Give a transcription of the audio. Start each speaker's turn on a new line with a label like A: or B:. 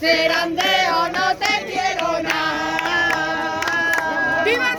A: grandeo, no te quiero nada.
B: ¡Viva